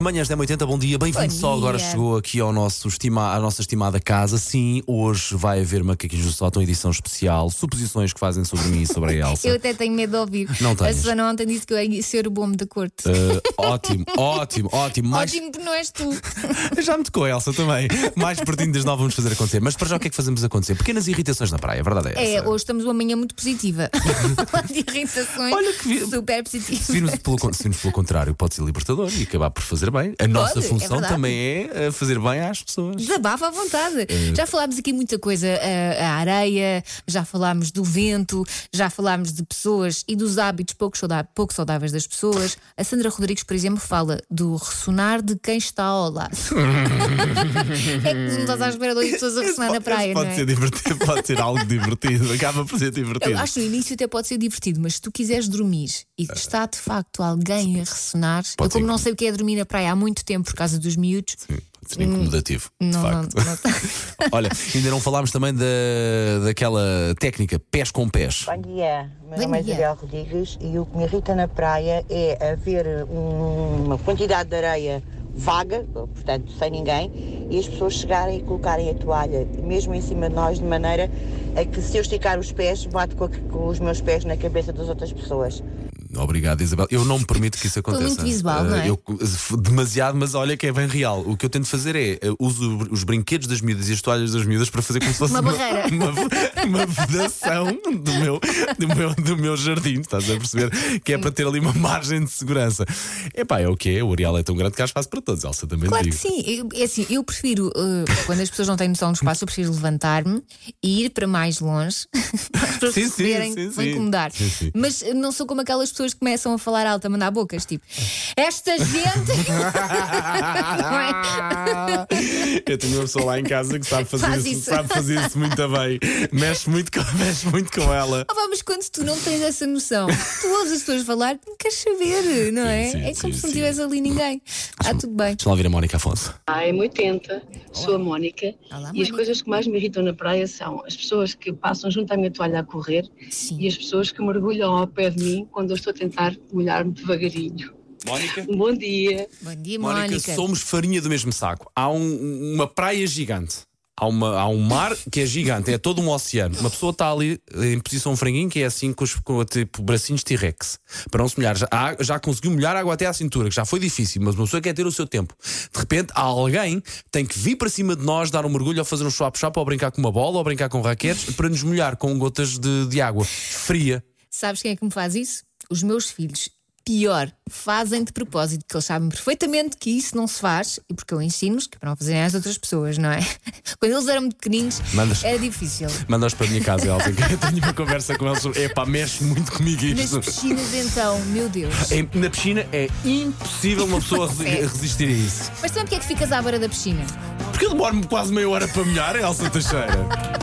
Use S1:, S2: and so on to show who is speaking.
S1: Manhãs 1080, bom dia, bem-vindo.
S2: Bom
S1: Só agora
S2: dia.
S1: chegou aqui ao nosso estima, à nossa estimada casa. Sim, hoje vai haver macaquinhos do sótão, edição especial. Suposições que fazem sobre mim e sobre a Elsa.
S2: Eu até tenho medo de ouvir.
S1: Não
S2: a
S1: tenhas.
S2: Susana ontem disse que eu ia ser o bombo da corte.
S1: Eh, ótimo, ótimo, ótimo. Mais,
S2: Ótimo que não és tu.
S1: Já me tocou, Elsa, também. Mais pertinho das nove vamos fazer acontecer. Mas para já o que é que fazemos acontecer? Pequenas irritações na praia, a verdade é
S2: É,
S1: essa.
S2: hoje estamos uma manhã muito positiva. de irritações.
S1: Olha que vi-
S2: Super
S1: se
S2: positiva.
S1: virmos, pelo, con- se virmos pelo contrário, pode ser libertador e acabar por fazer bem. A nossa
S2: Pode, é
S1: função
S2: verdade.
S1: também é eh, fazer bem às pessoas.
S2: Desabafa à vontade.
S1: É.
S2: Já falámos aqui muita coisa. eh, A, a areia, já falámos do vento, já falámos de pessoas e dos hábitos pouco, sauda- pouco saudáveis das pessoas. A Sandra Rodrigues, por exemplo, fala do ressonar de quem está ao lado. é que não estás à espera de oito pessoas a ressonar na
S1: Esse
S2: praia,
S1: pode
S2: não é?
S1: ser divertido, pode ser algo divertido, acaba por ser
S2: Eu
S1: divertido.
S2: acho que no início até pode ser divertido, mas se tu quiseres dormir e que está de facto alguém a ressonar, eu
S1: É. Pode
S2: como
S1: ser
S2: não sei o que é dormir na praia há muito tempo por causa dos miúdos,
S1: Pode ser incomodativo, de
S2: Hum, não, não, tá.
S1: facto.
S2: não-
S1: Olha, ainda não falámos também da, daquela técnica pés com pés.
S3: Bom dia, meu
S2: Bom
S3: nome
S2: dia.
S3: é Isabel Rodrigues e o que me irrita na praia é haver um- uma quantidade de areia vaga, portanto sem ninguém, e as pessoas chegarem e colocarem a toalha mesmo em cima de nós, de maneira a que se eu esticar os pés, bato com, a- com os meus pés na cabeça das outras pessoas.
S1: Obrigado, Isabel. Eu não me permito que isso aconteça.
S2: muito visual, não
S1: Eh,
S2: é?
S1: eu- demasiado, mas olha que é bem real. O que eu tento fazer é eh, uso os brinquedos das miúdas e as toalhas das miúdas para fazer como se fosse
S2: Uma barreira.
S1: uma, uma vedação do meu, do, meu, do meu jardim, estás a perceber? Que é para ter ali uma margem de segurança. Epá, é o que é, o areal é tão grande que há espaço para todos, Elsa, também
S2: Claro que
S1: digo.
S2: sim. Eu- É assim, eu prefiro, eh, quando as pessoas não têm noção do espaço, eu prefiro levantar-me e ir para mais longe para as pessoas
S1: Sim, sim,
S2: perceberem
S1: sim,
S2: que vão
S1: sim.
S2: incomodar.
S1: Sim, sim.
S2: Mas eh, não sou como aquelas pessoas que começam a falar alto, a mandar bocas, tipo, esta gente. Não é?
S1: Eu tenho uma pessoa lá em casa que sabe fazer
S2: Faz
S1: isso,
S2: isso.
S1: sabe fazer isso muito bem. Mexe muito com, mexe muito com ela.
S2: Ah, pá, mas quando tu não tens essa noção, tu ouves as pessoas falar, não queres saber, não é?
S1: Sim, sim, sim,
S2: é como se não
S1: sim.
S2: tivesse ali ninguém. Ah, tudo bem.
S1: Deixa lá ouvir a Mónica Afonso.
S4: A M80, é sou a Mónica
S2: Olá,
S4: e as
S2: Mónica.
S4: coisas que mais me irritam na praia são as pessoas que passam junto à minha toalha a correr
S2: Sim.
S4: e as pessoas que mergulham ao pé de mim quando eu estou a tentar molhar-me devagarinho.
S1: Mónica.
S4: Um bom dia.
S2: Bom dia,
S1: Mónica,
S2: Mónica.
S1: somos farinha do mesmo saco. Há um- uma praia gigante. Há, uma- há um mar que é gigante, é todo um oceano. Uma pessoa está ali eh, em posição franguinho, que é assim com, os, com tipo, bracinhos T-Rex, para não se molhar. Já, há- já conseguiu molhar água até à cintura, que já foi difícil, mas uma pessoa quer ter o seu tempo. De repente, há alguém que tem que vir para cima de nós, dar um mergulho, ou fazer um chapa-chapa, ou brincar com uma bola, ou brincar com raquetes, para nos molhar com gotas de, de água fria.
S2: Sabes quem é que me faz isso? Os meus filhos. Pior, fazem de propósito, porque eles sabem perfeitamente que isso não se faz e porque eu ensino-os que é para não fazerem às outras pessoas, não é? Quando eles eram pequeninos,
S1: Mandas-
S2: era difícil.
S1: Manda-os para a minha casa, Elsa, que eu tenho uma conversa com eles sobre. Epá, mexe muito comigo
S2: Nas
S1: isto.
S2: piscinas, então, meu Deus.
S1: Em- na piscina é impossível uma pessoa resi-
S2: É.
S1: resistir a isso.
S2: Mas também porque é que ficas à beira da piscina?
S1: Porque eu demoro-me quase meia hora para molhar, é Elsa Teixeira.